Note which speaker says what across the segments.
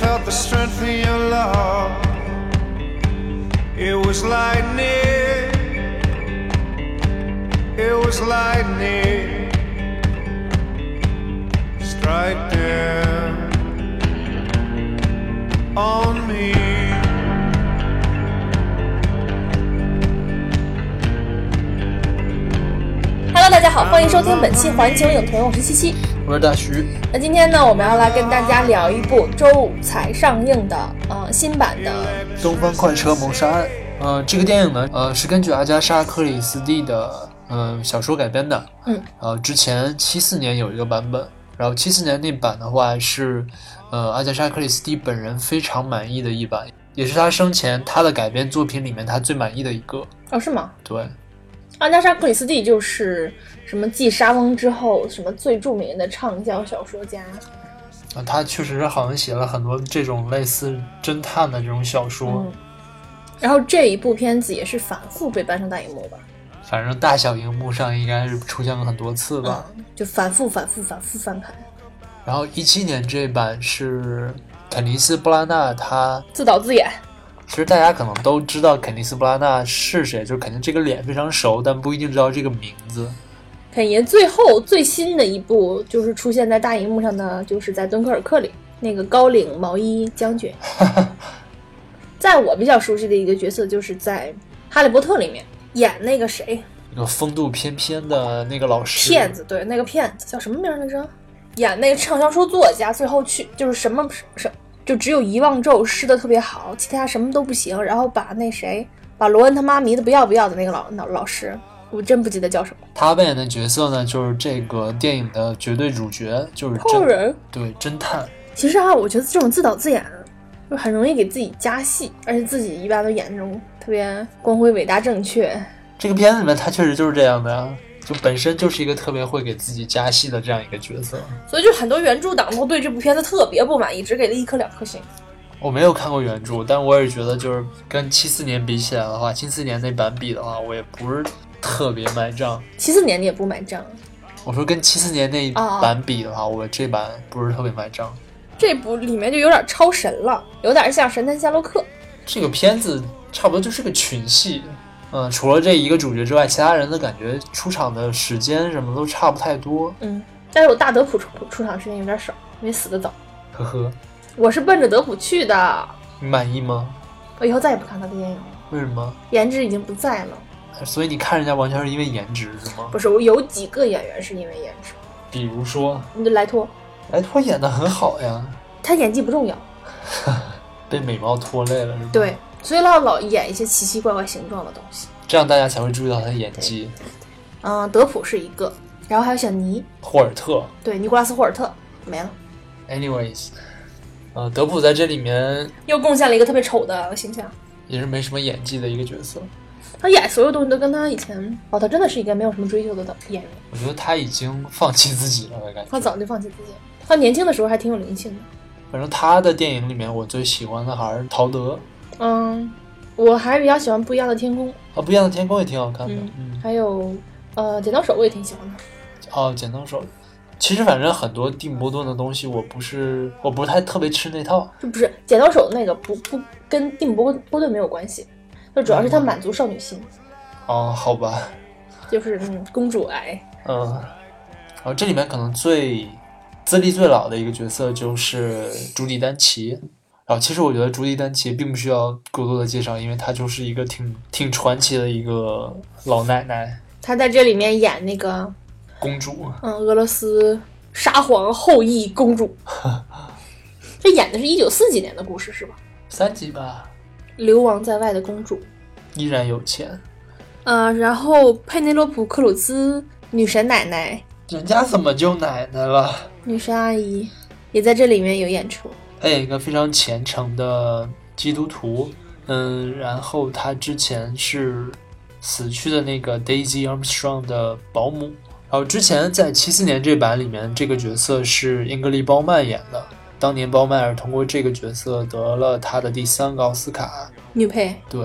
Speaker 1: felt the strength of your love. It was lightning. It was lightning. Strike down on me.
Speaker 2: Hello，大家好，欢迎收听本期环球影屯，我是七七。
Speaker 3: 我是大徐，
Speaker 2: 那今天呢，我们要来跟大家聊一部周五才上映的呃新版的，
Speaker 3: 《东方快车谋杀案》。呃，这个电影呢，呃，是根据阿加莎·克里斯蒂的嗯、呃小说改编的。
Speaker 2: 嗯。
Speaker 3: 呃，之前七四年有一个版本，然后七四年那版的话是，呃，阿加莎·克里斯蒂本人非常满意的一版，也是他生前他的改编作品里面他最满意的一个。
Speaker 2: 哦是吗？
Speaker 3: 对，
Speaker 2: 阿加莎·克里斯蒂就是什么继《沙翁》之后什么最著名的畅销小说家。
Speaker 3: 啊，他确实是好像写了很多这种类似侦探的这种小说，
Speaker 2: 嗯。然后这一部片子也是反复被搬上大荧幕吧，
Speaker 3: 反正大小荧幕上应该是出现了很多次吧。
Speaker 2: 嗯，就反复反复反复翻拍，
Speaker 3: 然后一七年这版是肯尼斯·布拉纳他，
Speaker 2: 自导自演。
Speaker 3: 其实大家可能都知道肯尼斯·布拉纳是谁，就是肯定这个脸非常熟，但不一定知道这个名字。
Speaker 2: 肯爷最后最新的一部就是出现在大荧幕上的，就是在《敦刻尔克》里那个高领毛衣将军。在我比较熟悉的一个角色，就是在《哈利波特》里面演那个谁
Speaker 3: 一个风度翩翩的那个老师，
Speaker 2: 骗子，对，那个骗子叫什么名儿来着？演那个畅销书作家，最后去就是什么什就只有遗忘咒施的特别好，其他什么都不行，然后把那谁把罗恩他妈迷的不要不要的那个老老老师，我真不记得叫什么，
Speaker 3: 他扮演的角色呢，就是这个电影的绝对主角，就是
Speaker 2: 后
Speaker 3: 侦
Speaker 2: 人。
Speaker 3: 对侦探。
Speaker 2: 其实啊，我觉得这种自导自演啊就很容易给自己加戏，而且自己一般都演那种特别光辉、伟大、正确。
Speaker 3: 这个片子里面他确实就是这样的啊，就本身就是一个特别会给自己加戏的这样一个角色。
Speaker 2: 所以就很多原著党都对这部片子特别不满意，只给了一颗两颗星。
Speaker 3: 我没有看过原著，但我也觉得就是跟七四年比起来的话，七四年那版比的话，我也不是特别买账。
Speaker 2: 七四年你也不买账，
Speaker 3: 我说跟七四年那一
Speaker 2: 哦哦
Speaker 3: 版比的话，我这版不是特别买账。
Speaker 2: 这部里面就有点超神了，有点像《神探夏洛克》。
Speaker 3: 这个片子差不多就是个群戏，嗯，除了这一个主角之外，其他人的感觉出场的时间什么都差不太多。
Speaker 2: 嗯，但是我大德普出出场时间有点少，因为死的早。
Speaker 3: 呵呵，
Speaker 2: 我是奔着德普去的，
Speaker 3: 你满意吗？
Speaker 2: 我以后再也不看他的电影了，
Speaker 3: 为什么？
Speaker 2: 颜值已经不在了。
Speaker 3: 所以你看人家完全是因为颜值是吗
Speaker 2: 不？是，我有几个演员是因为颜值，
Speaker 3: 比如说
Speaker 2: 你的莱托，
Speaker 3: 莱托演的很好呀，
Speaker 2: 他演技不重要。
Speaker 3: 被美貌拖累了是吗？
Speaker 2: 对，，所以老老演一些奇奇怪怪形状的东西。
Speaker 3: 这样大家才会注意到他的演技。
Speaker 2: 嗯，德普是一个，然后还有小尼，
Speaker 3: 霍尔特。
Speaker 2: 对，尼古拉斯霍尔特没了，
Speaker 3: Anyways，呃，德普在这里面
Speaker 2: 又贡献了一个特别丑的形象。
Speaker 3: 也是没什么演技的一个角色。
Speaker 2: 他演所有东西都跟他以前哦，他真的是一个没有什么追求的导演员，
Speaker 3: 我觉得他已经放弃自己了，我感觉。
Speaker 2: 他早就放弃自己了。他年轻的时候还挺有灵性的。
Speaker 3: 反正他的电影里面，我最喜欢的还是陶德。
Speaker 2: 嗯，我还比较喜欢《不一样的天空》，
Speaker 3: 啊，不一样的天空也挺好看的。
Speaker 2: 嗯
Speaker 3: 嗯，
Speaker 2: 还有呃，《剪刀手》我也挺喜欢的。
Speaker 3: 哦，剪刀手。其实反正很多蒂姆·波顿的东西，我不是我不太特别吃那套。
Speaker 2: 就不是《剪刀手》那个不不跟蒂姆波波顿没有关系，就主要是他满足少女心，
Speaker 3: 哦，好吧，
Speaker 2: 就是嗯公主癌。
Speaker 3: 嗯。然后这里面可能最资历最老的一个角色就是朱迪·丹奇。然后其实我觉得朱迪·丹奇并不需要过多的介绍，因为她就是一个挺挺传奇的一个老奶奶
Speaker 2: 他在这里面演那个
Speaker 3: 公主。
Speaker 2: 嗯，俄罗斯沙皇后裔公主。这演的是一九四几年的故事是吧？
Speaker 3: 三集吧，
Speaker 2: 流亡在外的公主。
Speaker 3: 依然有钱。
Speaker 2: 呃，然后佩内洛普·克鲁兹，女神奶奶、
Speaker 3: 人家怎么就奶奶了？
Speaker 2: 女神阿姨，也在这里面有演出。
Speaker 3: 她有一个非常虔诚的基督徒，嗯，然后她之前是死去的那个 Daisy Armstrong 的保姆。然后之前在七四年这版里面，这个角色是英格丽·褒曼演的。当年褒曼尔通过这个角色得了她的第三个奥斯卡。
Speaker 2: 女配，
Speaker 3: 对，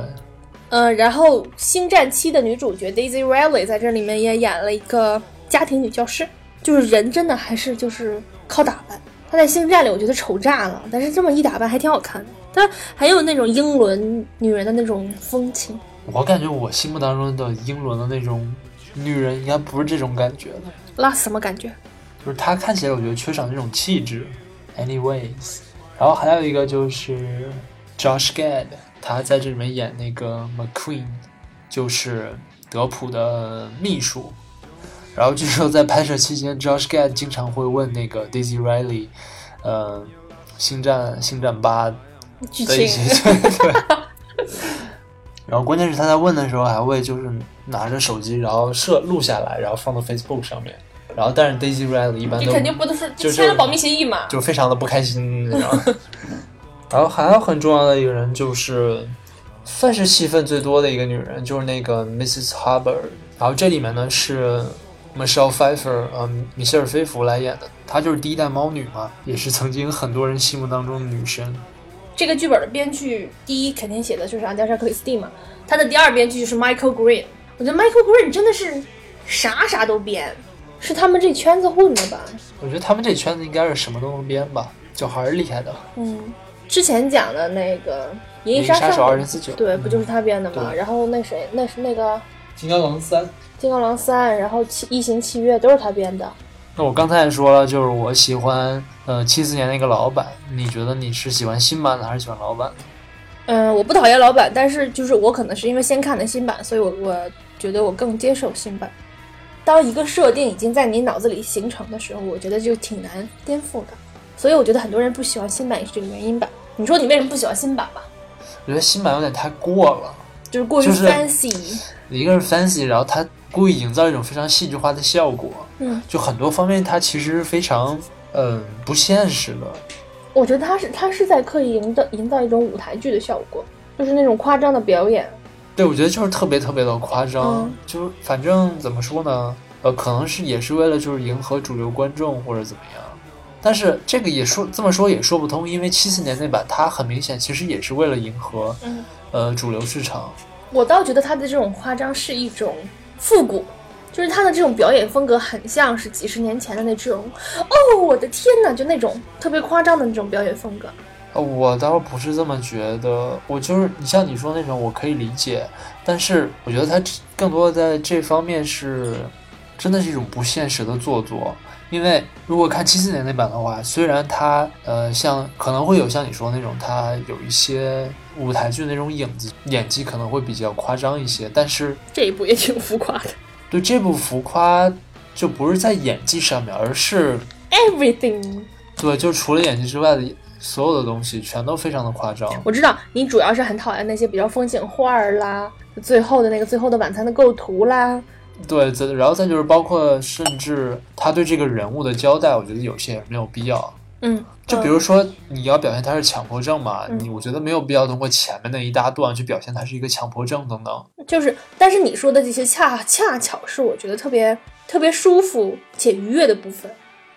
Speaker 2: 呃，然后《星战七》的女主角 Daisy Ridley 在这里面也演了一个家庭女教师，就是人真的还是就是靠打扮，她在《星战》里我觉得丑炸了，但是这么一打扮还挺好看的。但很有那种英伦女人的那种风情。
Speaker 3: 我感觉我心目当中的英伦的那种女人，应该不是这种感觉的，
Speaker 2: 那什么感觉？
Speaker 3: 就是她看起来我觉得缺少那种气质。Anyways，然后还有一个就是 Josh Gad，他在这里面演那个 McQueen，就是德普的秘书。然后据说在拍摄期间，Josh Gad 经常会问那个 Daisy Riley，呃，星战星战八
Speaker 2: 剧
Speaker 3: 的一
Speaker 2: 情
Speaker 3: 些 对。 然后关键是他在问的时候还会就是拿着手机，然后摄录下来，然后放到 Facebook 上面。然后但是 Daisy Riley 一般
Speaker 2: 这
Speaker 3: 都
Speaker 2: 肯定不能是
Speaker 3: 就
Speaker 2: 签了
Speaker 3: 是
Speaker 2: 保密协议嘛？
Speaker 3: 就非常的不开心，然 后，然后还有很重要的一个人就是，算是戏份最多的一个女人，就是那个 Mrs. Hubbard。然后这里面呢是 Michelle Pfeiffer，呃，米歇尔·菲佛来演的，她就是第一代猫女嘛，也是曾经很多人心目当中的女神。
Speaker 2: 这个剧本的编剧第一肯定写的就是安德烈·克里斯蒂嘛，他的第二编剧就是 Michael Green。我觉得 Michael Green 真的是啥啥都编，是他们这圈子混的吧？
Speaker 3: 我觉得他们这圈子应该是什么都能编吧，就还是厉害的。
Speaker 2: 嗯，之前讲的那个《银翼
Speaker 3: 杀
Speaker 2: 杀
Speaker 3: 手
Speaker 2: 手
Speaker 3: 二零四九》嗯
Speaker 2: 对，不就是他编的吗？
Speaker 3: 对
Speaker 2: 然后那谁，那是那个《
Speaker 3: 金刚狼三。
Speaker 2: 金刚狼三》，然后七《异形契约》都是他编的。
Speaker 3: 那我刚才也说了，就是我喜欢呃七四年那个老版，你觉得你是喜欢新版的还是喜欢老版？
Speaker 2: 嗯，我不讨厌老版，但是就是我可能是因为先看的新版，所以我我觉得我更接受新版。当一个设定已经在你脑子里形成的时候，我觉得就挺难颠覆的。所以我觉得很多人不喜欢新版也是这个原因吧。你说你为什么不喜欢新版吧？
Speaker 3: 我觉得新版有点太过了，
Speaker 2: 就是过于
Speaker 3: 就是
Speaker 2: fancy，、
Speaker 3: 一个是 fancy，然后它故意营造一种非常戏剧化的效果，
Speaker 2: 嗯，
Speaker 3: 就很多方面它其实非常嗯、不现实的。
Speaker 2: 我觉得他是他是在刻意营造营造一种舞台剧的效果，就是那种夸张的表演。
Speaker 3: 对，我觉得就是特别特别的夸张，
Speaker 2: 嗯
Speaker 3: 就是反正怎么说呢，呃，可能是也是为了就是迎合主流观众或者怎么样，但是这个也说这么说也说不通，因为七四年那版它很明显其实也是为了迎合
Speaker 2: 嗯，
Speaker 3: 呃主流市场，
Speaker 2: 我倒觉得他的这种夸张是一种复古，就是他的这种表演风格很像是几十年前的那种，哦，我的天呐，就那种特别夸张的那种表演风格。
Speaker 3: 呃，我倒不是这么觉得，我就是你像你说那种，我可以理解，但是我觉得他只更多的在这方面是，真的是一种不现实的做作。因为如果看七四年那版的话，虽然它呃像可能会有像你说那种，它有一些舞台剧那种影子，演技可能会比较夸张一些，但是
Speaker 2: 这一部也挺浮夸的
Speaker 3: 对这部浮夸就不是在演技上面，而是
Speaker 2: ，everything。
Speaker 3: 对就除了演技之外的所有的东西全都非常的夸张。
Speaker 2: 我知道你主要是很讨厌那些比较风景画儿啦，最后的那个最后的晚餐的构图啦，
Speaker 3: 对，再然后再就是包括甚至他对这个人物的交代，我觉得有些也没有必要。
Speaker 2: 嗯，
Speaker 3: 就比如说你要表现他是强迫症嘛，
Speaker 2: 嗯
Speaker 3: 你我觉得没有必要通过前面那一大段去表现他是一个强迫症等等。
Speaker 2: 就是，但是你说的这些恰恰巧是我觉得特别特别舒服且愉悦的部分。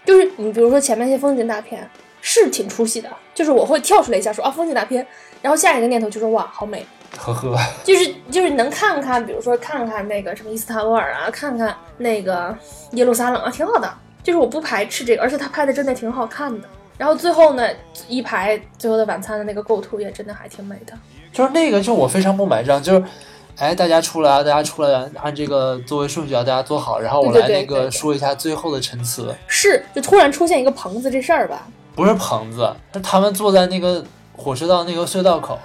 Speaker 2: 就是你比如说前面那些风景大片是挺出戏的，就是我会跳出来一下说啊风景大片，然后下一个念头就说哇好美，
Speaker 3: 呵呵，
Speaker 2: 就是就是能看看，比如说看看那个什么伊斯坦布尔啊，看看那个耶路撒冷啊，挺好的。就是我不排斥这个，而且他拍的真的挺好看的。然后最后呢，一排《最后的晚餐》的那个构图也真的还挺美的。
Speaker 3: 就是那个，就我非常不买账，就是。哎，大家出来啊！大家出来啊，按这个座位顺序啊，大家坐好，然后我
Speaker 2: 对
Speaker 3: 来
Speaker 2: 对对对
Speaker 3: 那个
Speaker 2: 对
Speaker 3: 说一下最后的陈词。
Speaker 2: 是，就突然出现一个棚子这事儿吧，
Speaker 3: 不是棚子，是他们坐在那个火车道那个隧道口，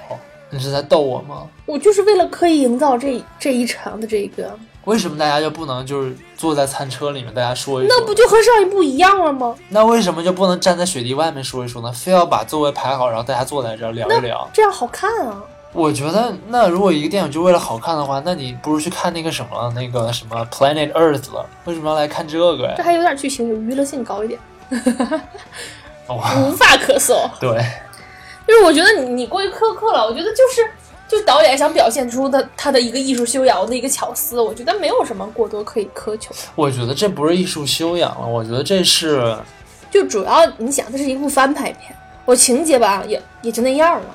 Speaker 3: 你是在逗我吗？
Speaker 2: 我就是为了刻意营造这这一场的这个，
Speaker 3: 为什么大家就不能就是坐在餐车里面，大家说一说？
Speaker 2: 那不就和上一部一样了吗？
Speaker 3: 那为什么就不能站在雪地外面说一说呢？非要把座位排好，然后大家坐在这儿聊一聊？
Speaker 2: 这样好看啊！
Speaker 3: 我觉得，那如果一个电影就为了好看的话，那你不如去看那个什么那个什么 Planet Earth 了，为什么要来看这个
Speaker 2: 这
Speaker 3: 呀？
Speaker 2: 还有点剧情，有娱乐性高一点，
Speaker 3: 哇，
Speaker 2: 无法可搜。
Speaker 3: 对，
Speaker 2: 就是我觉得你你过于苛刻了，我觉得就是就导演想表现出的他的一个艺术修养我的一个巧思，我觉得没有什么过多可以苛求。
Speaker 3: 我觉得这不是艺术修养了，我觉得这是
Speaker 2: 就主要你想，这是一部翻拍片，我情节吧也也就那样了，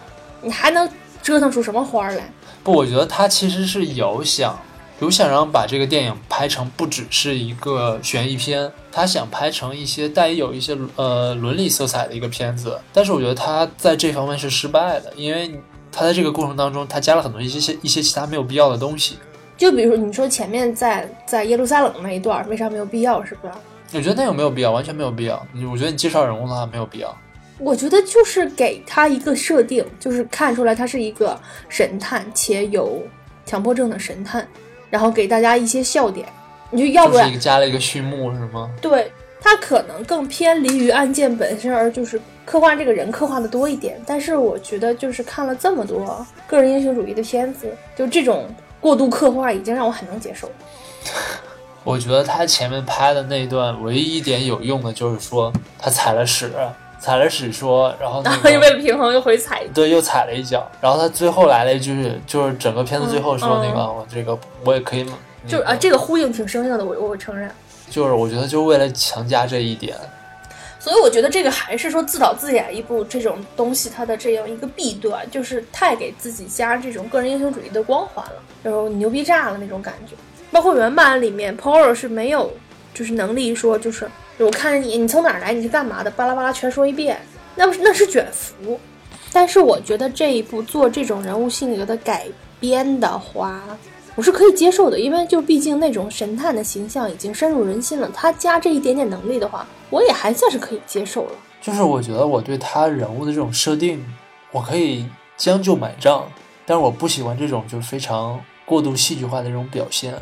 Speaker 2: 你还能折腾出什么花儿来？
Speaker 3: 不，我觉得他其实是有想刘显让把这个电影拍成不只是一个悬疑片，他想拍成一些带有一些呃伦理色彩的一个片子，但是我觉得他在这方面是失败的，因为他在这个过程当中，他加了很多一些些一些其他没有必要的东西。
Speaker 2: 就比如说你说前面在在耶路撒冷那一段为啥没有必要是吧？
Speaker 3: 我觉得那个没有必要，完全没有必要。你我觉得你介绍人物的话没有必要。
Speaker 2: 我觉得就是给他一个设定，就是看出来他是一个神探且有强迫症的神探，然后给大家一些笑点。你就要不
Speaker 3: 就是
Speaker 2: 然
Speaker 3: 一个加了一个序幕是吗？
Speaker 2: 对他可能更偏离于案件本身，而就是刻画这个人刻画的多一点。但是我觉得就是看了这么多个人英雄主义的片子，就这种过度刻画已经让我很能接 受。
Speaker 3: 我觉得他前面拍的那一段唯一一点有用的就是说他踩了屎，踩了屎说，然后、那
Speaker 2: 然
Speaker 3: 个、
Speaker 2: 后又 为了平衡又回踩一
Speaker 3: 对，又踩了一脚。然后他最后来了一句，就是整个片子最后说
Speaker 2: 嗯
Speaker 3: 那个、我这个我也可以，那
Speaker 2: 就是啊，
Speaker 3: 个
Speaker 2: 这个呼应挺生硬的，我我承认。
Speaker 3: 就是我觉得就为了强加这一点，
Speaker 2: 所以我觉得这个还是说自导自演一部这种东西，它的这样一个弊端，就是太给自己加这种个人英雄主义的光环了，然后牛逼炸了那种感觉。包括原版里面 p o r 是没有就是能力说就是我看见你你从哪儿来你是干嘛的巴拉巴拉全说一遍，那不是那是卷福。但是我觉得这一部做这种人物性格的改编的话，我是可以接受的，因为就毕竟那种神探的形象已经深入人心了，他加这一点点能力的话，我也还算是可以接受了。
Speaker 3: 就是我觉得我对他人物的这种设定，我可以将就买账，但是我不喜欢这种就是非常过度戏剧化的这种表现。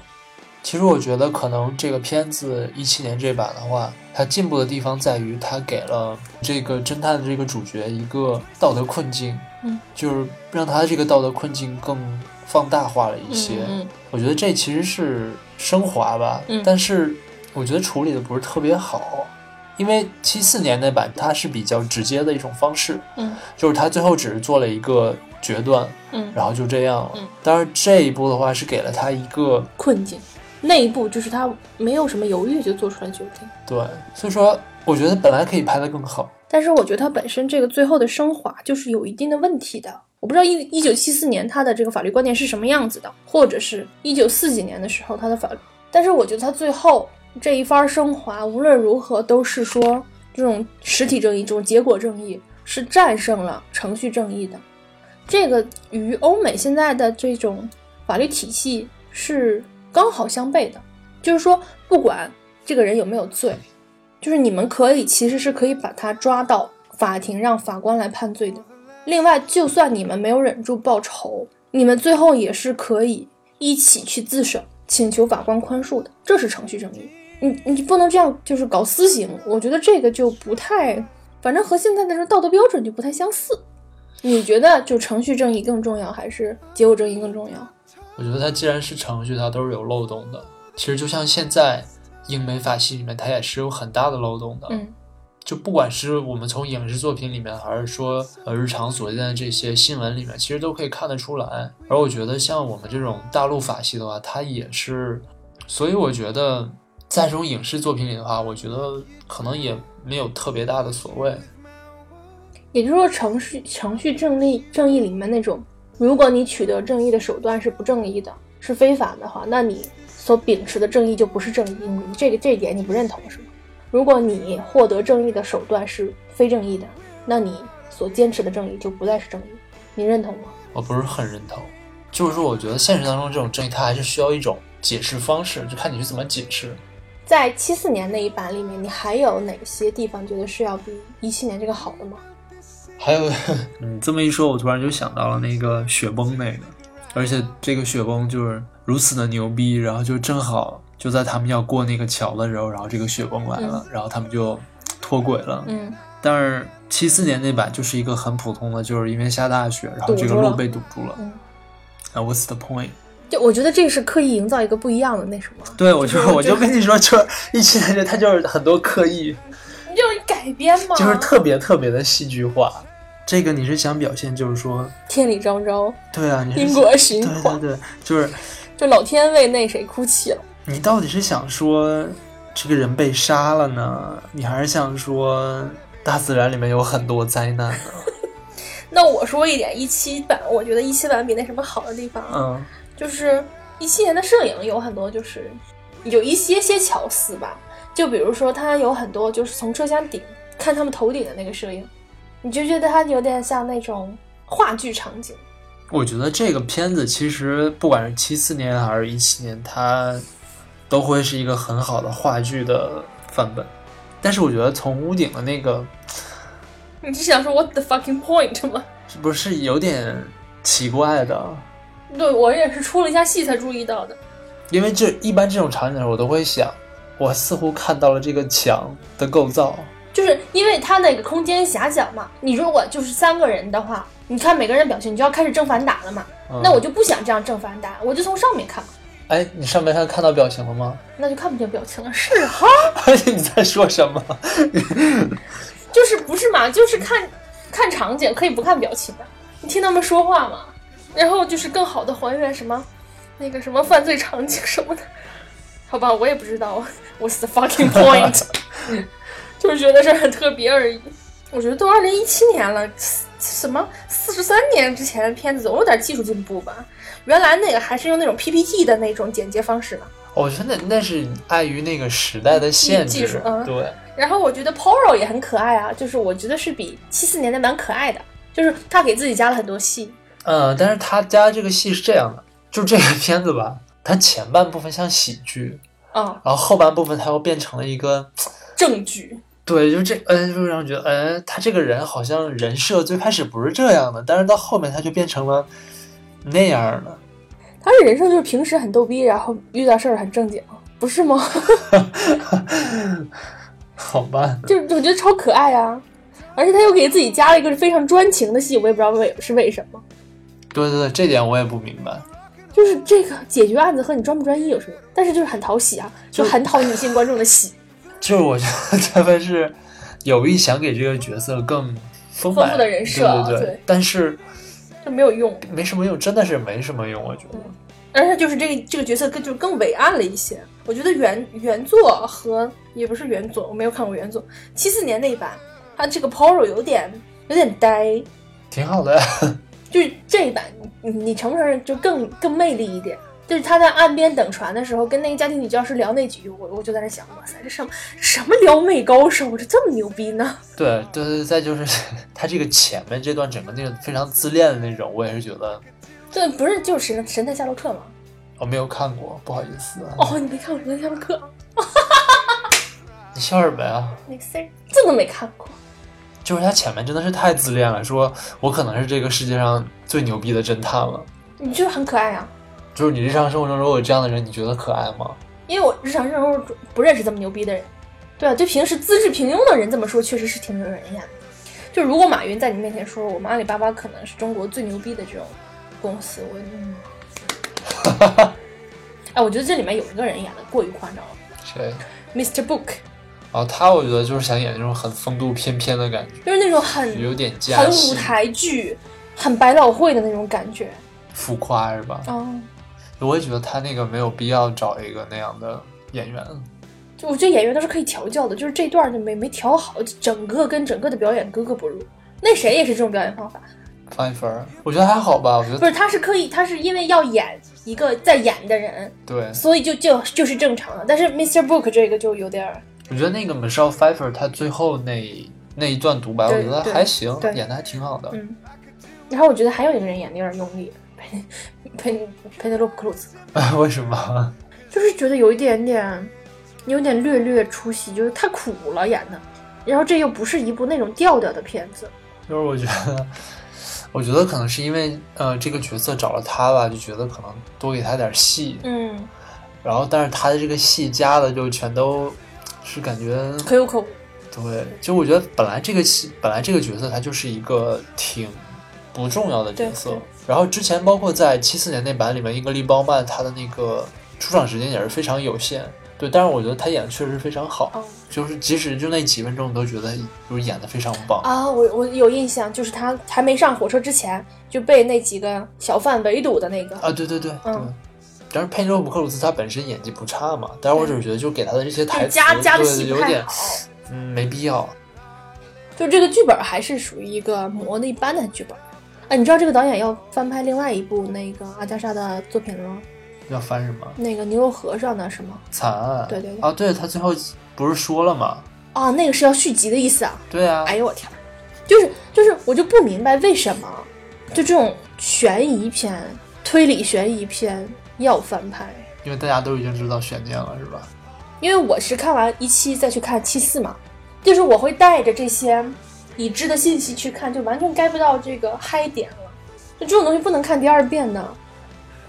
Speaker 3: 其实我觉得可能这个片子一七年这版的话，它进步的地方在于它给了这个侦探的这个主角一个道德困境，
Speaker 2: 嗯，
Speaker 3: 就是让他这个道德困境更放大化了一些。我觉得这其实是升华吧，
Speaker 2: 嗯
Speaker 3: 但是我觉得处理的不是特别好，因为七四年那版它是比较直接的一种方式，
Speaker 2: 嗯
Speaker 3: 就是他最后只是做了一个决断，
Speaker 2: 嗯
Speaker 3: 然后就这样了。
Speaker 2: 嗯
Speaker 3: 当然这一步的话是给了他一个
Speaker 2: 困境那一步就是他没有什么犹豫就做出来决定，
Speaker 3: 对，所以说我觉得本来可以拍得更好，
Speaker 2: 但是我觉得他本身这个最后的升华就是有一定的问题的。我不知道一一九七四年他的这个法律观念是什么样子的，或者是一九四几年的时候他的法律，但是我觉得他最后这一番升华无论如何都是说这种实体正义、这种结果正义是战胜了程序正义的。这个与欧美现在的这种法律体系是刚好相悖的，就是说，不管这个人有没有罪，就是你们可以其实是可以把他抓到法庭，让法官来判罪的。另外，就算你们没有忍住报仇，你们最后也是可以一起去自首，请求法官宽恕的，这是程序正义。你你不能这样，就是搞私刑，我觉得这个就不太，反正和现在的这道德标准就不太相似。你觉得就程序正义更重要，还是结果正义更重要？
Speaker 3: 我觉得它既然是程序，它都是有漏洞的。其实就像现在英美法系里面，它也是有很大的漏洞的。
Speaker 2: 嗯
Speaker 3: 就不管是我们从影视作品里面，还是说呃日常所见的这些新闻里面，其实都可以看得出来。而我觉得像我们这种大陆法系的话，它也是，所以我觉得在这种影视作品里的话，我觉得可能也没有特别大的所谓。
Speaker 2: 也就是说，程序程序正义正义里面那种，如果你取得正义的手段是不正义的，是非法的话，那你所秉持的正义就不是正义。你这个这一点你不认同是吗？如果你获得正义的手段是非正义的，那你所坚持的正义就不再是正义，你认同吗？
Speaker 3: 我不是很认同，就是说我觉得现实当中这种正义，它还是需要一种解释方式，就看你是怎么解释。
Speaker 2: 在七四年那一版里面，你还有哪些地方觉得是要比一七年这个好的吗？
Speaker 3: 还有， 嗯，这么一说，我突然就想到了那个雪崩那个，而且这个雪崩就是如此的牛逼，然后就正好就在他们要过那个桥的时候，然后这个雪崩来了，然后他们就脱轨了。
Speaker 2: 嗯，
Speaker 3: 但是七四年那版就是一个很普通的，就是因为下大雪，然后
Speaker 2: 堵
Speaker 3: 这个
Speaker 2: 住了
Speaker 3: 路被堵住了。
Speaker 2: 嗯
Speaker 3: 啊，What's the point？
Speaker 2: 就我觉得这个是刻意营造一个不一样的那什么。
Speaker 3: 对，我就
Speaker 2: 就是
Speaker 3: 我
Speaker 2: 我觉
Speaker 3: 就
Speaker 2: 得
Speaker 3: 跟你说，就是一七年这它就是很多刻意，
Speaker 2: 就是改编嘛，
Speaker 3: 就是特别特别的戏剧化。这个你是想表现，就是说，
Speaker 2: 天理昭昭，
Speaker 3: 对啊，你是
Speaker 2: 因果循
Speaker 3: 对对
Speaker 2: 环，
Speaker 3: 对，就是
Speaker 2: 就老天为那谁哭泣了。
Speaker 3: 你到底是想说这个人被杀了呢，你还是想说大自然里面有很多灾 难呢？
Speaker 2: 那我说一点，一七版，我觉得一七版比那什么好的地方，啊，
Speaker 3: 嗯
Speaker 2: 就是一七年的摄影有很多就是有一些些巧思吧，就比如说他有很多就是从车厢顶看他们头顶的那个摄影，你就觉得他有点像那种话剧场景。
Speaker 3: 我觉得这个片子其实不管是七四年还是一七年，它都会是一个很好的话剧的范本。但是我觉得从屋顶的那个
Speaker 2: 你是想说 What the fucking point 吗？
Speaker 3: 是不是有点奇怪的，
Speaker 2: 对我也是出了一下戏才注意到的。
Speaker 3: 因为这一般这种场景的时候，我都会想，我似乎看到了这个墙的构造。
Speaker 2: 就是因为他那个空间狭小嘛，你如果就是三个人的话，你看每个人的表情，你就要开始正反打了嘛。
Speaker 3: 嗯、
Speaker 2: 那我就不想这样正反打，我就从上面看嘛，
Speaker 3: 哎，你上面看看到表情了吗？
Speaker 2: 那就看不见表情了。是啊哈，
Speaker 3: 你在说什么？
Speaker 2: 就是不是嘛？就是看看场景，可以不看表情的。你听他们说话嘛，然后就是更好的还原什么那个什么犯罪场景什么的。好吧，我也不知道，What's the fucking point？就是觉得这很特别而已。我觉得都二零一七年了，什么四十三年之前的片子总有点技术进步吧？原来那个还是用那种 PPT 的那种剪接方式嘛。
Speaker 3: 我觉得那那是碍于那个时代的限
Speaker 2: 技术
Speaker 3: 制，
Speaker 2: 嗯
Speaker 3: 对，
Speaker 2: 然后我觉得 Poro 也很可爱啊，就是我觉得是比七四年的蛮可爱的，就是他给自己加了很多戏。
Speaker 3: 嗯，但是他家这个戏是这样的，就这个片子吧，它前半部分像喜剧，
Speaker 2: 啊，
Speaker 3: 然后后半部分它又变成了一个，
Speaker 2: 证据，
Speaker 3: 对，就这，嗯，就让人觉得，嗯，他这个人好像人设最开始不是这样的，但是到后面他就变成了那样的。
Speaker 2: 他的人生就是平时很逗逼，然后遇到事儿很正经，不是 吗？
Speaker 3: 好吧，
Speaker 2: 就是我觉得超可爱啊，而且他又给自己加了一个非常专情的戏，我也不知道为是为什么。
Speaker 3: 对对对，这点我也不明白。
Speaker 2: 就是这个解决案子和你专不专一有什么？但是就是很讨喜啊，就很讨女性观众的喜，
Speaker 3: 就是我觉得 他们是有意想给这个角色更丰满
Speaker 2: 丰富的人设啊
Speaker 3: 对对
Speaker 2: 对
Speaker 3: 但是
Speaker 2: 就没有用。
Speaker 3: 没什么用，真的是没什么用，我觉得。
Speaker 2: 嗯而且就是这个这个角色更就更伟岸了一些。我觉得原原作和也不是原作，我没有看过原作，七四年那一版，他这个 Poro 有点有点呆，
Speaker 3: 挺好的，
Speaker 2: 就是这一版你你承不承认就更更魅力一点？就是他在岸边等船的时候，跟那个家庭女教师聊那几句，我我就在那想，哇塞，这什么什么撩妹高手，这这么牛逼呢？
Speaker 3: 对对对，再就是 他这个前面这段整个那种非常自恋的那种，我也是觉得
Speaker 2: 这不是就是神神探夏洛克吗？
Speaker 3: 我没有看过，不好意思啊。
Speaker 2: 哦，你没看过神探夏洛克？
Speaker 3: 你笑什么呀？
Speaker 2: 没事儿，这都没看过。
Speaker 3: 就是他前面真的是太自恋了，说我可能是这个世界上最牛逼的侦探了。
Speaker 2: 你就是很可爱啊，
Speaker 3: 就是你日常生活中如果有这样的人，你觉得可爱吗？
Speaker 2: 因为我日常生活中不认识这么牛逼的人。对啊，对平时资质平庸的人这么说，确实是挺惹人厌的。就如果马云在你面前说我们阿里巴巴可能是中国最牛逼的这种公司，我嗯， 哎，我觉得这里面有一个人演的过于夸张了
Speaker 3: 谁？
Speaker 2: ，Mr. Book，
Speaker 3: 然后他我觉得就是想演那种很风度翩翩的感觉，
Speaker 2: 就是那种很
Speaker 3: 有点架
Speaker 2: 很
Speaker 3: 戏
Speaker 2: 舞台剧、很百老汇的那种感觉。
Speaker 3: 浮夸是吧？
Speaker 2: 嗯，
Speaker 3: 我也觉得他那个没有必要找一个那样的演员。
Speaker 2: 就我觉得演员都是可以调教的，就是这段就没没调好，整个跟整个的表演格格不入。那谁也是这种表演方法，
Speaker 3: 范一凡，我觉得还好吧，我觉
Speaker 2: 不
Speaker 3: 得
Speaker 2: 是他是刻意，他是因为要演一个在演的人，
Speaker 3: 对，
Speaker 2: 所以就就就是正常的。但是 Mr. Book 这个就有点儿，
Speaker 3: 我觉得那个 Michelle Pfeiffer 她最后那那一段独白，我
Speaker 2: 对
Speaker 3: 觉得
Speaker 2: 对
Speaker 3: 还行，
Speaker 2: 对
Speaker 3: 演的还挺好的。
Speaker 2: 嗯。然后我觉得还有一个人演的有点用力，佩佩佩德洛普·克鲁兹，
Speaker 3: 为什么？
Speaker 2: 就是觉得有一点点，有点略略出戏，就是太苦了演的。然后这又不是一部那种调调的片子，
Speaker 3: 就是我觉得， 我觉得可能是因为呃这个角色找了他吧，就觉得可能多给他点戏，
Speaker 2: 嗯，
Speaker 3: 然后但是他的这个戏加的就全都是感觉
Speaker 2: 可有可无。
Speaker 3: 对，就我觉得本来这个戏，本来这个角色他就是一个挺不重要的角色
Speaker 2: 对对。
Speaker 3: 然后之前包括在七四年那版里面，英格丽·褒曼她的那个出场时间也是非常有限。对，但是我觉得她演的确实非常好，
Speaker 2: 哦
Speaker 3: 就是即使就那几分钟，我都觉得就是演的非常棒。
Speaker 2: 啊，我我有印象，就是他还没上火车之前就被那几个小贩围堵的那个，
Speaker 3: 啊，对对对对。
Speaker 2: 嗯
Speaker 3: 但是佩妮洛普·克鲁兹她本身演技不差嘛，但是我只是觉得就给她的这些
Speaker 2: 就是
Speaker 3: 台词，
Speaker 2: 加加的
Speaker 3: 对，
Speaker 2: 戏不
Speaker 3: 有
Speaker 2: 太
Speaker 3: 点
Speaker 2: 好。
Speaker 3: 嗯没必要。
Speaker 2: 就这个剧本还是属于一个磨的一般的剧本。哎，你知道这个导演要翻拍另外一部那个阿加莎的作品了吗？
Speaker 3: 要翻什么？
Speaker 2: 那个牛肉和尚呢是吗？
Speaker 3: 惨案。
Speaker 2: 对对对
Speaker 3: 啊，对他最后不是说了吗？
Speaker 2: 啊，那个是要续集的意思啊！
Speaker 3: 对啊，
Speaker 2: 哎呦我天儿，就是就是，我就不明白为什么就这种悬疑片、推理悬疑片要翻拍。
Speaker 3: 因为大家都已经知道悬念了，是吧？
Speaker 2: 因为我是看完一期再去看七四嘛，就是我会带着这些已知的信息去看，就完全 get 不到这个嗨点了。就这种东西不能看第二遍的。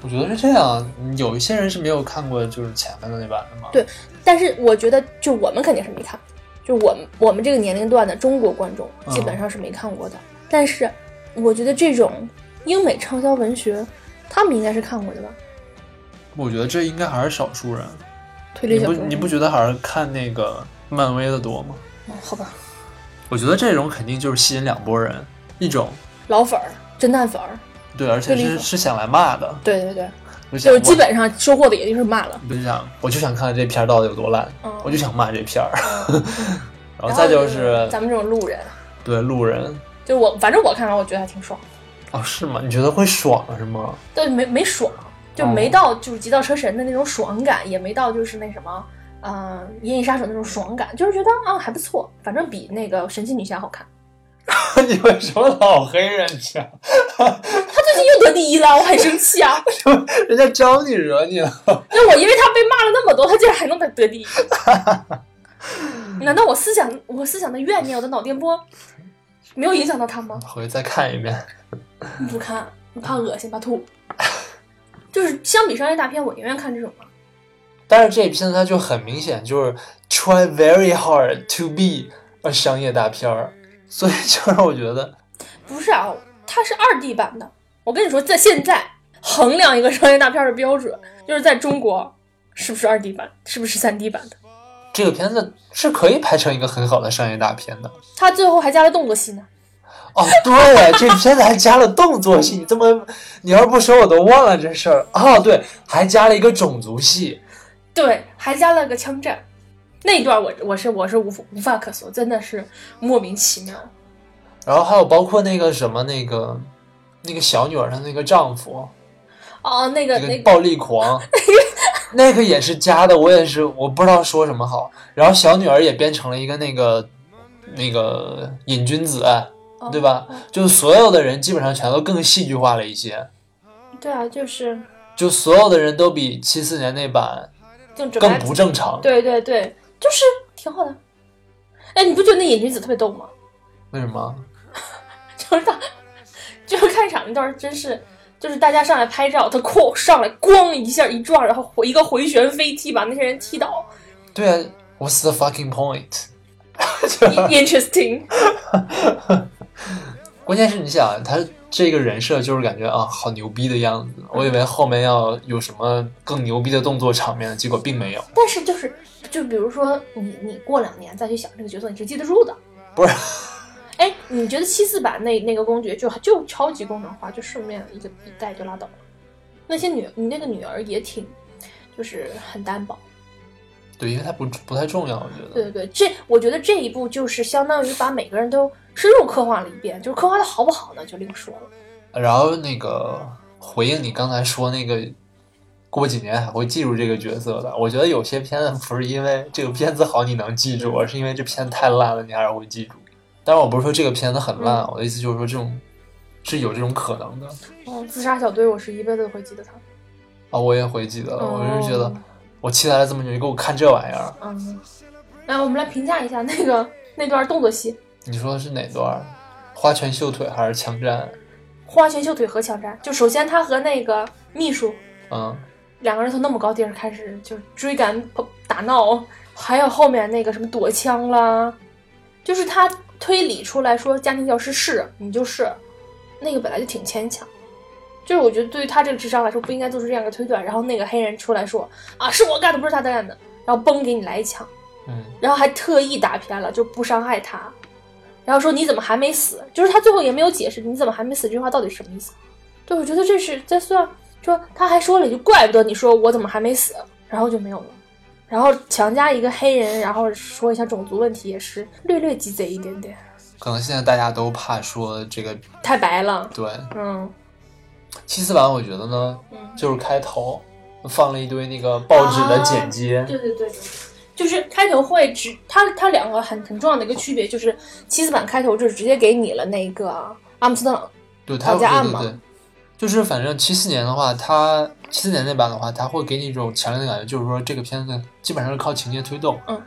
Speaker 3: 我觉得是这样，有一些人是没有看过就是前面的那版的嘛。
Speaker 2: 对但是我觉得，就我们肯定是没看，就我们我们这个年龄段的中国观众
Speaker 3: 嗯
Speaker 2: 基本上是没看过的。但是我觉得这种英美畅销文学，他们应该是看过的吧？
Speaker 3: 我觉得这应该还是少数人。
Speaker 2: 推
Speaker 3: 你
Speaker 2: 理小
Speaker 3: 不
Speaker 2: 说
Speaker 3: 你不觉得还是看那个漫威的多吗？
Speaker 2: 哦好吧？
Speaker 3: 我觉得这种肯定就是吸引两拨人，一种
Speaker 2: 老粉儿、侦探粉儿，
Speaker 3: 对，而且
Speaker 2: 对
Speaker 3: 是
Speaker 2: 理解
Speaker 3: 是想来骂的，
Speaker 2: 对对对，
Speaker 3: 就
Speaker 2: 就
Speaker 3: 想
Speaker 2: 是基本上收获的也就是骂了。
Speaker 3: 我就想我就想看看这片儿到底有多烂，
Speaker 2: 嗯
Speaker 3: 我就想骂这 片儿。然后再就是
Speaker 2: 咱们这种路人，
Speaker 3: 对路人
Speaker 2: 就我反正我看完我觉得还挺爽，
Speaker 3: 哦，是吗？你觉得会爽是吗？
Speaker 2: 但没没爽，就没
Speaker 3: 哦
Speaker 2: 到就是急躁车神的那种爽感，也没到就是那什么，呃，银翼杀手那种爽感，就是觉得啊、还不错，反正比那个神奇女侠好看。
Speaker 3: 你为什么老黑人家？
Speaker 2: 她最近又得第一了，我很生气啊！
Speaker 3: 人家招你惹你了？
Speaker 2: 因为我因为她被骂了那么多，她竟然还能得第一，难道我思想我思想的怨念，我的脑电波没有影响到她吗？
Speaker 3: 回去再看一遍。
Speaker 2: 不看，你怕恶心，怕吐。就是相比商业大片，我宁愿看这种嘛。
Speaker 3: 但是这片它就很明显就是 try very hard to be a 商业大片儿，所以就让我觉得
Speaker 2: 不是啊，它是二 D 版的。我跟你说，在现在衡量一个商业大片的标准，就是在中国是不是二 D 版，是不是三 D 版的。
Speaker 3: 这个片子是可以拍成一个很好的商业大片的。
Speaker 2: 它最后还加了动作戏呢。
Speaker 3: 哦，对，这片子还加了动作戏，你这么你要不说我都忘了这事儿。哦，对，还加了一个种族戏，
Speaker 2: 对，还加了个枪战，那一段我我是我是无无话可说，真的是莫名其妙。
Speaker 3: 然后还有包括那个什么那个那个小女儿她那个丈夫，
Speaker 2: 哦，那个
Speaker 3: 那
Speaker 2: 那
Speaker 3: 个
Speaker 2: 个，
Speaker 3: 暴 力狂，那个也是加的，我也是我不知道说什么好。然后小女儿也变成了一个那个那个瘾君子，哎
Speaker 2: 哦
Speaker 3: 对吧？就所有的人基本上全都更戏剧化了一些，
Speaker 2: 对啊，就是
Speaker 3: 就所有的人都比七四年那版
Speaker 2: 更准备
Speaker 3: 更不正常。
Speaker 2: 对对对，就是挺好的。哎，你不觉得那瘾君子特别逗吗？
Speaker 3: 为什么？
Speaker 2: 就是他， 就是开场那段儿真是，就是大家上来拍照，他哐上来咣一下一撞，然后回一个回旋飞踢把那些人踢 倒
Speaker 3: 对啊，What's the fucking point？
Speaker 2: ，interesting。
Speaker 3: 关键是你想他这个人设就是感觉啊好牛逼的样子，我以为后面要有什么更牛逼的动作场面，结果并没有。
Speaker 2: 但是就是就比如说你你过两年再去想这个角色，你是记得住的。
Speaker 3: 不是，
Speaker 2: 哎，你觉得七四版那那个公爵就就超级功能化，就顺便一个一代就拉倒了。那些女你那个女儿也挺，就是很单薄。
Speaker 3: 对，因为它不不太重要，我觉得。
Speaker 2: 对对对，这我觉得这一步就是相当于把每个人都深入刻画了一遍，就是刻画的好不好呢，就另说了。
Speaker 3: 然后那个回应你刚才说那个，过几年还会记住这个角色的。我觉得有些片子不是因为这个片子好你能记住，而是因为这片子太烂了，你还是会记住。当然，我不是说这个片子很烂，我的意思就是说这种是有这种可能的
Speaker 2: 嗯，自杀小队我是一辈子都会记得他。
Speaker 3: 啊，我也会记得。
Speaker 2: 哦
Speaker 3: 我就是觉得我期待了这么久，你给我看这玩意儿，
Speaker 2: 嗯，来，我们来评价一下那个那段动作戏，
Speaker 3: 你说的是哪段儿？花拳绣腿还是枪战？
Speaker 2: 花拳绣腿和枪战。就首先他和那个秘书
Speaker 3: 嗯，
Speaker 2: 两个人从那么高地儿开始就追赶跑打闹，还有后面那个什么躲枪啦，就是他推理出来说家庭教师是你就是，那个本来就挺牵强。就是我觉得对于他这个智商来说，不应该做出这样一个推断。然后那个黑人出来说啊，是我干的，不是他干的，然后嘣给你来一枪。
Speaker 3: 嗯，
Speaker 2: 然后还特意打偏了，就不伤害他，然后说你怎么还没死？就是他最后也没有解释你怎么还没死这句话到底什么意思。对，我觉得这是在算，说他还说了一句，怪不得你说我怎么还没死，然后就没有了。然后强加一个黑人，然后说一下种族问题，也是略略鸡贼一点点，
Speaker 3: 可能现在大家都怕说这个
Speaker 2: 太白了。
Speaker 3: 对
Speaker 2: 嗯
Speaker 3: 七四版，我觉得呢，
Speaker 2: 嗯
Speaker 3: 就是开头，放了一堆那个报纸
Speaker 2: 啊
Speaker 3: 的剪接，
Speaker 2: 对对对，就是开头会直，它它两个很很重要的一个区别就是，七四版开头就直接给你了那个阿姆斯特朗，
Speaker 3: 对，它
Speaker 2: 绑架案
Speaker 3: 对对
Speaker 2: 嘛
Speaker 3: 对，就是反正七四年的话，它七四年那版的话，它会给你一种强烈的感觉，就是说这个片子基本上是靠情节推动。
Speaker 2: 嗯。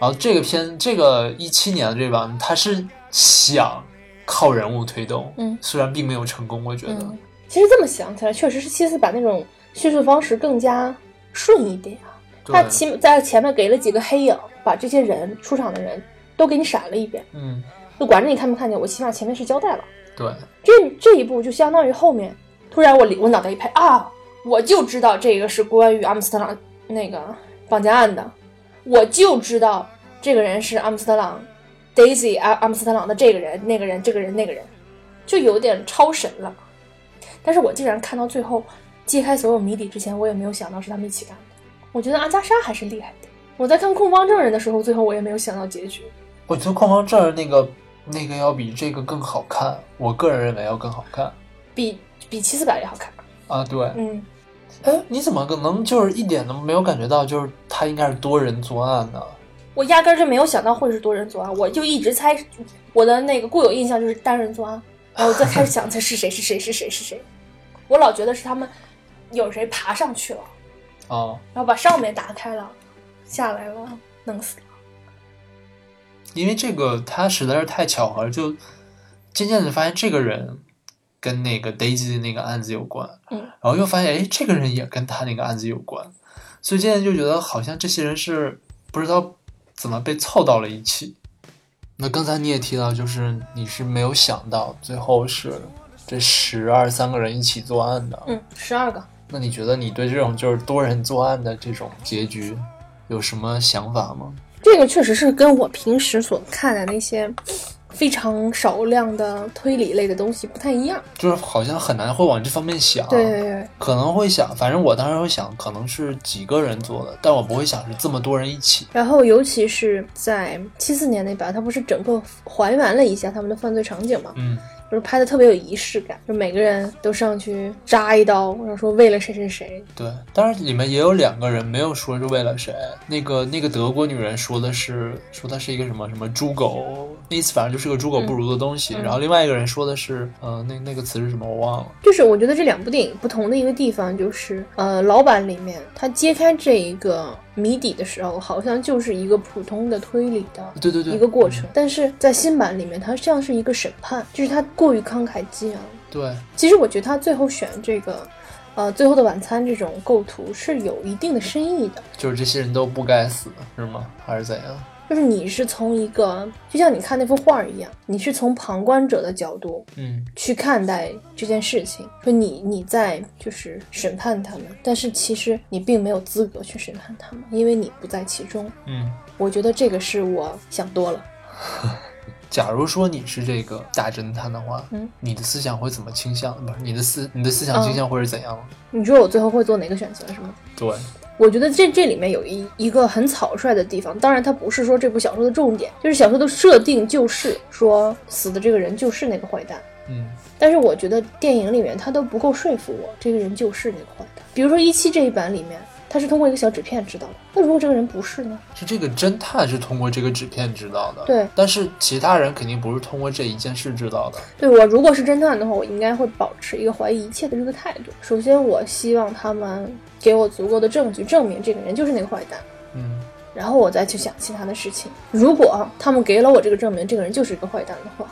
Speaker 3: 然后这个片，这个一七年的这版，它是想靠人物推动，
Speaker 2: 嗯，
Speaker 3: 虽然并没有成功，我觉得，
Speaker 2: 嗯，其实这么想起来，确实是七四版那种叙述方式更加顺一点啊。
Speaker 3: 对
Speaker 2: 它起在前面给了几个黑影，把这些人出场的人都给你闪了一遍，
Speaker 3: 嗯，
Speaker 2: 就管着你看没看见，我起码前面是交代了。
Speaker 3: 对，
Speaker 2: 这这一步就相当于后面，突然我里我脑袋一拍啊，我就知道这个是关于阿姆斯特朗那个绑架案的，我就知道这个人是阿姆斯特朗 Daisy 阿阿姆斯特朗的这个人、那个人、这个人、那个人，就有点超神了。但是我竟然看到最后揭开所有谜底之前，我也没有想到是他们一起干的。我觉得阿加莎还是厉害的。我在看控方证人的时候，最后我也没有想到结局。
Speaker 3: 我觉得《矿方证儿》那个那个要比这个更好看，我个人认为要更好看
Speaker 2: 比比七四百也好看，
Speaker 3: 啊，对，
Speaker 2: 嗯，
Speaker 3: 哎，你怎么可能就是一点都没有感觉到，就是它应该是多人作案呢？
Speaker 2: 我压根儿就没有想到会是多人作案，我就一直猜，我的那个固有印象就是单人作案，然后我再开始想 他是谁是谁是谁是谁，我老觉得是他们有谁爬上去了，
Speaker 3: 啊，
Speaker 2: 然后把上面打开了，下来了，弄死了。
Speaker 3: 因为这个他实在是太巧合了，就渐渐的发现这个人跟那个 Daisy 的那个案子有关，
Speaker 2: 嗯
Speaker 3: 然后又发现哎，这个人也跟他那个案子有关，所以渐渐就觉得好像这些人是不知道怎么被凑到了一起。那刚才你也提到，就是你是没有想到最后是这十二三个人一起作案的，
Speaker 2: 嗯，十二个，
Speaker 3: 那你觉得你对这种就是多人作案的这种结局有什么想法吗？
Speaker 2: 这个确实是跟我平时所看的那些非常少量的推理类的东西不太一样。
Speaker 3: 就是好像很难会往这方面想，
Speaker 2: 对对对，
Speaker 3: 可能会想，反正我当时会想，可能是几个人做的，但我不会想是这么多人一起。
Speaker 2: 然后尤其是在七四年那版，它不是整个还原了一下他们的犯罪场景吗？
Speaker 3: 嗯，
Speaker 2: 就是拍的特别有仪式感，就每个人都上去扎一刀，然后说为了谁谁谁。
Speaker 3: 对。当然里面也有两个人没有说是为了谁，那个那个德国女人说的是说她是一个什么什么猪狗，那意思反正就是个猪狗不如的东西。
Speaker 2: 嗯
Speaker 3: 然后另外一个人说的是，呃，那那个词是什么我忘了。
Speaker 2: 就是我觉得这两部电影不同的一个地方，就是呃，老板里面他揭开这一个谜底的时候，好像就是一个普通的推理的
Speaker 3: 对对对，
Speaker 2: 一个过程，但是在新版里面，它像是一个审判，就是他过于慷慨激昂。
Speaker 3: 对，
Speaker 2: 其实我觉得他最后选这个，呃，《最后的晚餐》这种构图是有一定的深意的。
Speaker 3: 就是这些人都不该死，是吗？还是怎样？
Speaker 2: 就是你是从一个，就像你看那幅画儿一样，你是从旁观者的角度
Speaker 3: 嗯，
Speaker 2: 去看待这件事情，说你你在就是审判他们，但是其实你并没有资格去审判他们，因为你不在其中。
Speaker 3: 嗯，
Speaker 2: 我觉得这个是我想多了。
Speaker 3: 假如说你是这个大侦探的话，
Speaker 2: 嗯
Speaker 3: 你的思想会怎么倾向？不是你的思，你的思想倾向会是怎样？
Speaker 2: 你说我最后会做哪个选择是吗？
Speaker 3: 对，
Speaker 2: 我觉得这这里面有一一个很草率的地方，当然它不是说这部小说的重点，就是小说的设定就是说死的这个人就是那个坏蛋，
Speaker 3: 嗯，
Speaker 2: 但是我觉得电影里面他都不够说服我，这个人就是那个坏蛋。比如说一期这一版里面，他是通过一个小纸片知道的。那如果这个人不是呢？
Speaker 3: 是这个侦探是通过这个纸片知道的，
Speaker 2: 对
Speaker 3: 但是其他人肯定不是通过这一件事知道的，
Speaker 2: 对我如果是侦探的话，我应该会保持一个怀疑一切的这个态度。首先，我希望他们给我足够的证据证明这个人就是那个坏蛋，
Speaker 3: 嗯，
Speaker 2: 然后我再去想其他的事情。如果他们给了我这个证明，这个人就是一个坏蛋的话，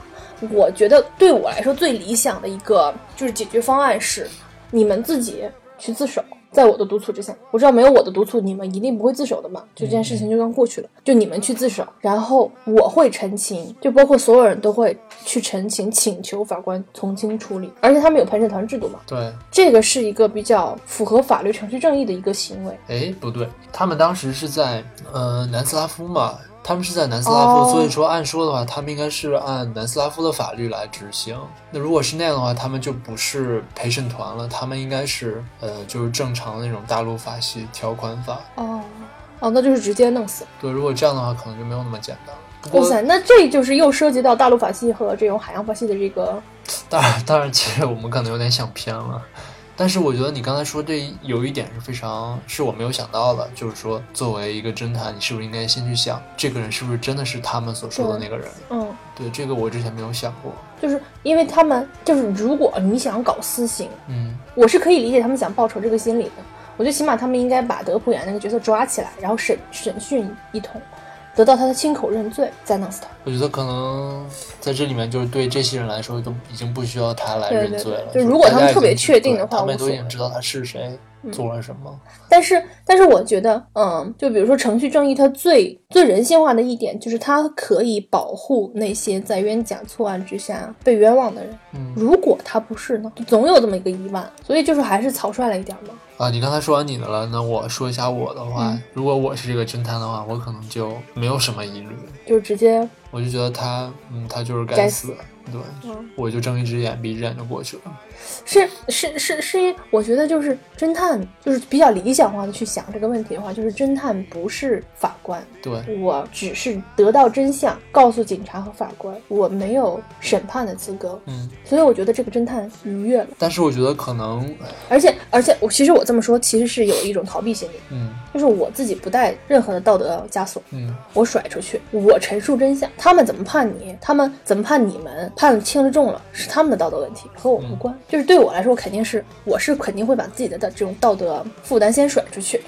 Speaker 2: 我觉得对我来说最理想的一个就是解决方案是，你们自己去自首。在我的督促之下，我知道没有我的督促，你们一定不会自首的嘛。就这件事情就算过去了，就你们去自首，然后我会陈情，就包括所有人都会去陈情，请求法官从轻处理。而且他们有陪审团制度嘛，
Speaker 3: 对，
Speaker 2: 这个是一个比较符合法律程序正义的一个行为。
Speaker 3: 哎，不对，他们当时是在呃南斯拉夫嘛，他们是在南斯拉夫，
Speaker 2: 哦
Speaker 3: 所以说按说的话，他们应该是按南斯拉夫的法律来执行。那如果是那样的话，他们就不是陪审团了，他们应该是呃就是正常的那种大陆法系条款法。
Speaker 2: 哦，哦，那就是直接弄死。
Speaker 3: 对，如果这样的话，可能就没有那么简单了。不
Speaker 2: 哇
Speaker 3: 过，
Speaker 2: 塞，那这就是又涉及到大陆法系和这种海洋法系的这个，
Speaker 3: 当然，当然，其实我们可能有点想偏了。但是我觉得你刚才说这有一点是非常是我没有想到的，就是说作为一个侦探，你是不是应该先去想这个人是不是真的是他们所说的那个人？
Speaker 2: 嗯，
Speaker 3: 对，这个我之前没有想过。
Speaker 2: 就是因为他们就是如果你想搞私刑，
Speaker 3: 嗯
Speaker 2: 我是可以理解他们想报仇这个心理的。我觉得起码他们应该把德普演那个角色抓起来，然后审审讯一通，得到他的亲口认罪，再弄死他。
Speaker 3: 我觉得可能在这里面，就是对这些人来说，都已经不需要他来认罪了。
Speaker 2: 对对对
Speaker 3: 是
Speaker 2: 就如果他们
Speaker 3: 大家已经
Speaker 2: 特别确定的话
Speaker 3: 对他们
Speaker 2: 无所
Speaker 3: 都
Speaker 2: 谓嗯
Speaker 3: 已经知道他是谁，做了什么。
Speaker 2: 但是，但是我觉得，嗯，就比如说程序正义，它最最人性化的一点就是它可以保护那些在冤假错案之下被冤枉的人。
Speaker 3: 嗯
Speaker 2: 如果他不是呢，就总有这么一个疑问，所以就是还是草率了一点嘛。
Speaker 3: 啊，你刚才说完你的了，那我说一下我的话，
Speaker 2: 嗯
Speaker 3: 如果我是这个侦探的话，我可能就没有什么疑虑，
Speaker 2: 就是直接，
Speaker 3: 我就觉得他，嗯，他就是
Speaker 2: 该
Speaker 3: 该
Speaker 2: 死
Speaker 3: 死，对，
Speaker 2: 嗯，
Speaker 3: 我就睁一只眼闭一只眼就过去了。
Speaker 2: 是是是是因为我觉得就是侦探就是比较理想化的去想这个问题的话，就是侦探不是法官，
Speaker 3: 对，
Speaker 2: 我只是得到真相，告诉警察和法官，我没有审判的资格，
Speaker 3: 嗯，
Speaker 2: 所以我觉得这个侦探愉悦了。
Speaker 3: 但是我觉得可能，
Speaker 2: 而且而且，我其实我这么说，其实是有一种逃避心理，
Speaker 3: 嗯
Speaker 2: 就是我自己不带任何的道德枷锁，
Speaker 3: 嗯，
Speaker 2: 我甩出去，我陈述真相，他们怎么判你，他们怎么判你们，判了轻了重了，是他们的道德问题，和我无关。就是对我来说，我肯定是我是肯定会把自己的的这种道德负担先甩出去。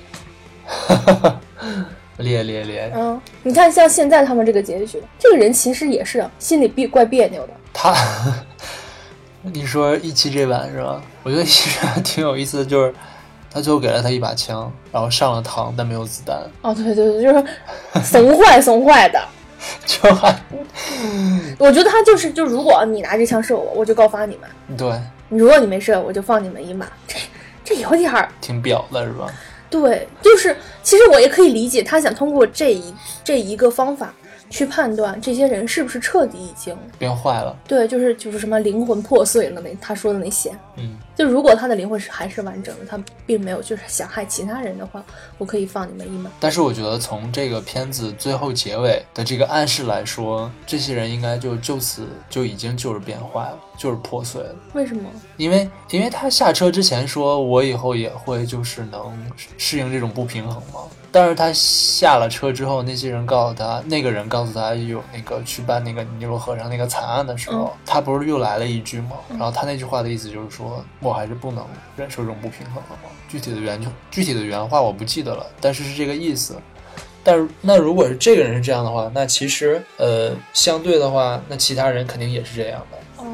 Speaker 3: 咧咧咧，
Speaker 2: 嗯，你看像现在他们这个结局，这个人其实也是啊心里别怪别扭的。
Speaker 3: 他， 你说一期这版是吧？我觉得其实还挺有意思的，就是他最后给了他一把枪，然后上了膛，但没有子弹，
Speaker 2: 哦，对对对，就是怂坏怂坏的。
Speaker 3: 就还
Speaker 2: 我觉得他就是，就如果你拿这枪射我，我就告发你们。
Speaker 3: 对，
Speaker 2: 如果你没事，我就放你们一马。这这有点儿
Speaker 3: 挺表的是吧？
Speaker 2: 对，就是其实我也可以理解，他想通过这一这一个方法去判断这些人是不是彻底已经
Speaker 3: 变坏了，
Speaker 2: 对，就是就是什么灵魂破碎了那他说的那些。
Speaker 3: 嗯，
Speaker 2: 就如果他的灵魂是还是完整的，他并没有就是想害其他人的话，我可以放你们一马。
Speaker 3: 但是我觉得从这个片子最后结尾的这个暗示来说，这些人应该就就此就已经就是变坏了，就是破碎了。
Speaker 2: 为什么？
Speaker 3: 因为因为他下车之前说，我以后也会就是能适应这种不平衡嘛。但是他下了车之后，那些人告诉他，那个人告诉他有那个去办那个尼罗河上那个惨案的时候，他不是又来了一句吗？然后他那句话的意思就是说，我还是不能忍受这种不平衡了嘛。具体的原具体的原话我不记得了，但是是这个意思。但是那如果是这个人是这样的话，那其实呃相对的话，那其他人肯定也是这样的。
Speaker 2: 哦，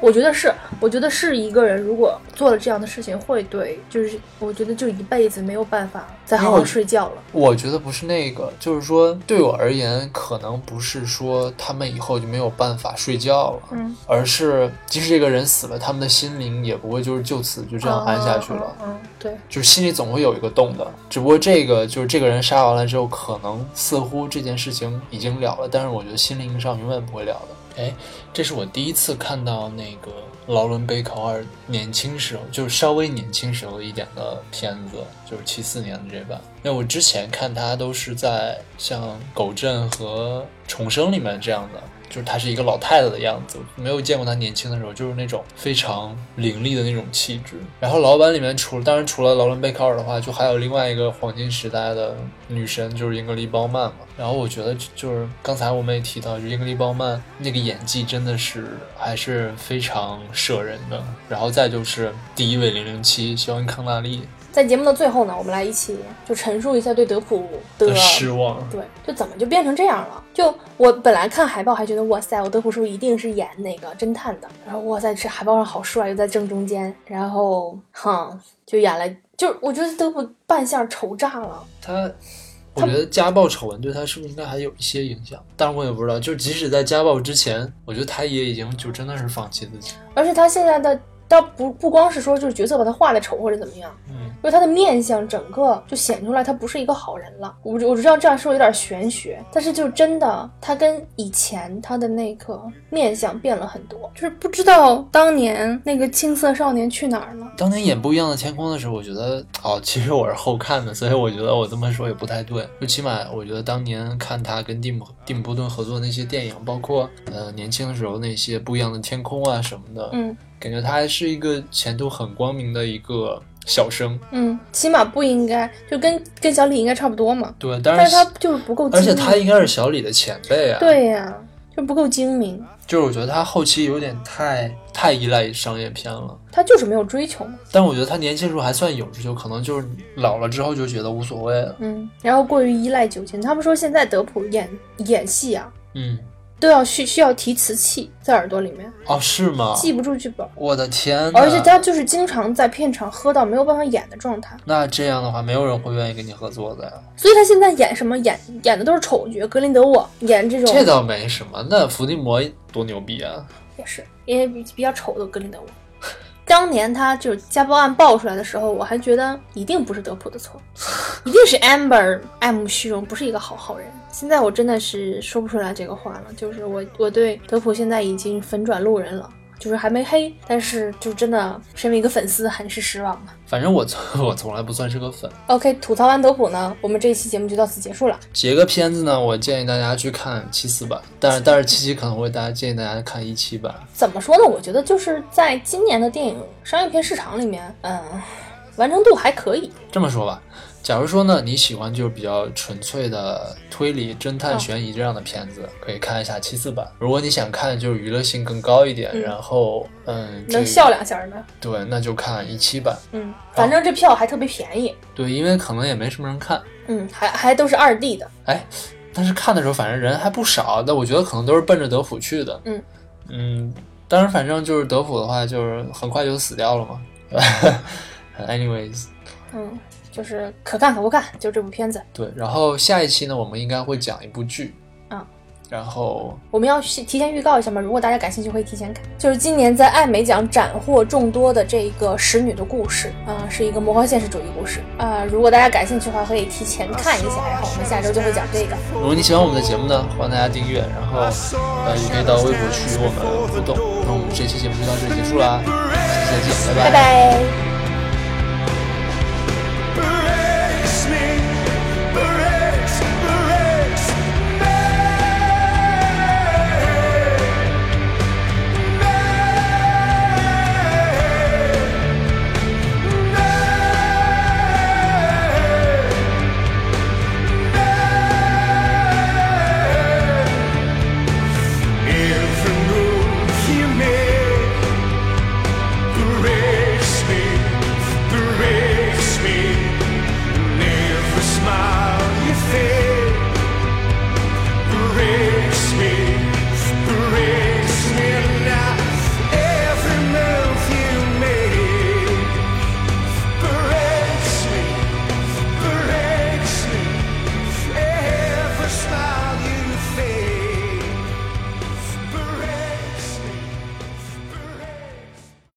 Speaker 2: 我觉得是，我觉得是一个人如果做了这样的事情，会对，就是我觉得就一辈子没有办法再好
Speaker 3: 因为
Speaker 2: 好
Speaker 3: 我
Speaker 2: 睡觉了。
Speaker 3: 我觉得不是那个，就是说对我而言，可能不是说他们以后就没有办法睡觉了，
Speaker 2: 嗯，
Speaker 3: 而是即使这个人死了，他们的心灵也不会就是就此就这样安下去了，
Speaker 2: 嗯，嗯嗯对，
Speaker 3: 就是心里总会有一个洞的。只不过这个就是这个人杀完了之后，可能似乎这件事情已经了了，但是我觉得心灵上永远不会了的。哎，这是我第一次看到那个劳伦·贝考尔年轻时候，就是稍微年轻时候一点的片子，就是七四年的这版。那我之前看他都是在像《狗镇》和《重生》里面这样的，就是她是一个老太太的样子，没有见过她年轻的时候，就是那种非常凌厉的那种气质。然后老版里面除当然除了劳伦贝考尔的话，就还有另外一个黄金时代的女神，就是英格丽褒曼嘛。然后我觉得就就是刚才我们也提到，就是英格丽褒曼那个演技真的是还是非常摄人的。然后再就是第一位零零七肖恩康纳利
Speaker 2: 在节目的最后呢，我们来一起就陈述一下对德普的
Speaker 3: 的失望，
Speaker 2: 对，啊就怎么就变成这样了？就我本来看海报还觉得哇塞，我德普叔一定是演那个侦探的，然后哇塞，这海报上好帅，又在正中间，然后哼，就演了，就是我觉得德普扮相丑炸了。
Speaker 3: 他，我觉得家暴丑闻对他是不是应该还有一些影响？但是我也不知道，就是即使在家暴之前，我觉得他也已经就真的是放弃自己。
Speaker 2: 而且他现在的倒不不光是说就是角色把他画的丑或者怎么样，
Speaker 3: 嗯，
Speaker 2: 就是他的面相整个就显出来他不是一个好人了。我我知道这样说有点玄学，但是就真的他跟以前他的那个面相变了很多，就是不知道当年那个青涩少年去哪儿了。
Speaker 3: 当年演《不一样的天空》的时候，我觉得哦， 其实我是后看的，所以我觉得我这么说也不太对。就起码我觉得当年看他跟蒂姆蒂姆波顿合作的那些电影，包括呃年轻的时候那些《不一样的天空》啊什么的，
Speaker 2: 嗯，
Speaker 3: 感觉他还是一个前途很光明的一个小生。
Speaker 2: 嗯，起码不应该就跟跟小李应该差不多嘛，
Speaker 3: 对，但
Speaker 2: 但
Speaker 3: 是
Speaker 2: 是他就是不够精
Speaker 3: 而且
Speaker 2: 明，
Speaker 3: 他应该是小李的前辈啊。，
Speaker 2: 对呀、就不够精明，
Speaker 3: 就是我觉得他后期有点太太依赖商业片了。
Speaker 2: 他就是没有追求嘛，
Speaker 3: 但我觉得他年轻时候还算有追求，可能就是老了之后就觉得无所谓了。
Speaker 2: 嗯，然后过于依赖酒精。他们说现在德普演演戏啊，
Speaker 3: 嗯，
Speaker 2: 都要需需要提词器在耳朵里面，
Speaker 3: 哦，是吗？
Speaker 2: 记不住剧本，
Speaker 3: 我的天呐！
Speaker 2: 而且他就是经常在片场喝到没有办法演的状态，
Speaker 3: 那这样的话，没有人会愿意跟你合作的呀。
Speaker 2: 所以他现在演什么演演的都是丑角，格林德沃演这种
Speaker 3: 这倒没什么，那伏地魔多牛逼啊！
Speaker 2: 也是，因为比比较丑的格林德沃。当年他就是家暴案爆出来的时候，我还觉得一定不是德普的错，一定是 Amber 爱慕虚荣，不是一个好好人。现在我真的是说不出来这个话了，就是我我对德普现在已经粉转路人了，就是还没黑，但是就真的身为一个粉丝很是失望嘛。
Speaker 3: 反正我 从我从来不算是个粉。
Speaker 2: OK，吐槽完德普呢，我们这一期节目就到此结束了。
Speaker 3: 几个片子呢，我建议大家去看七四版，但是但是七七可能会大家建议大家看一七版。
Speaker 2: 怎么说呢？我觉得就是在今年的电影商业片市场里面，嗯，完成度还可以，
Speaker 3: 这么说吧，假如说呢你喜欢就是比较纯粹的推理、侦探、悬疑这样的片子，可以看一下七四版。如果你想看就是娱乐性更高一点，
Speaker 2: 嗯
Speaker 3: 然后嗯
Speaker 2: 能
Speaker 3: 这
Speaker 2: 笑两下呢。
Speaker 3: 对，那就看一七版。
Speaker 2: 嗯，反正这票还特别便宜，
Speaker 3: 对，因为可能也没什么人看。
Speaker 2: 嗯，还还都是二 D 的，
Speaker 3: 哎，但是看的时候反正人还不少，但我觉得可能都是奔着德普去的。
Speaker 2: 嗯
Speaker 3: 嗯，当然，反正就是德普的话，就是很快就死掉了嘛。Anyways，
Speaker 2: 嗯，就是可看可不看，就这部片子，
Speaker 3: 对，然后下一期呢，我们应该会讲一部剧。
Speaker 2: 啊，
Speaker 3: 然后
Speaker 2: 我们要提前预告一下嘛，如果大家感兴趣可以提前看，就是今年在艾美奖斩获众多的这个《使女的故事》，啊、是一个魔幻现实主义故事，啊、如果大家感兴趣的话，可以提前看一下，然后我们下周就会讲这个，
Speaker 3: 如果你喜欢我们的节目呢，欢迎大家订阅，然后呃也可以到微博去与我们互动。那我们这期节目就到这里结束啦，下期再见，
Speaker 2: 拜拜。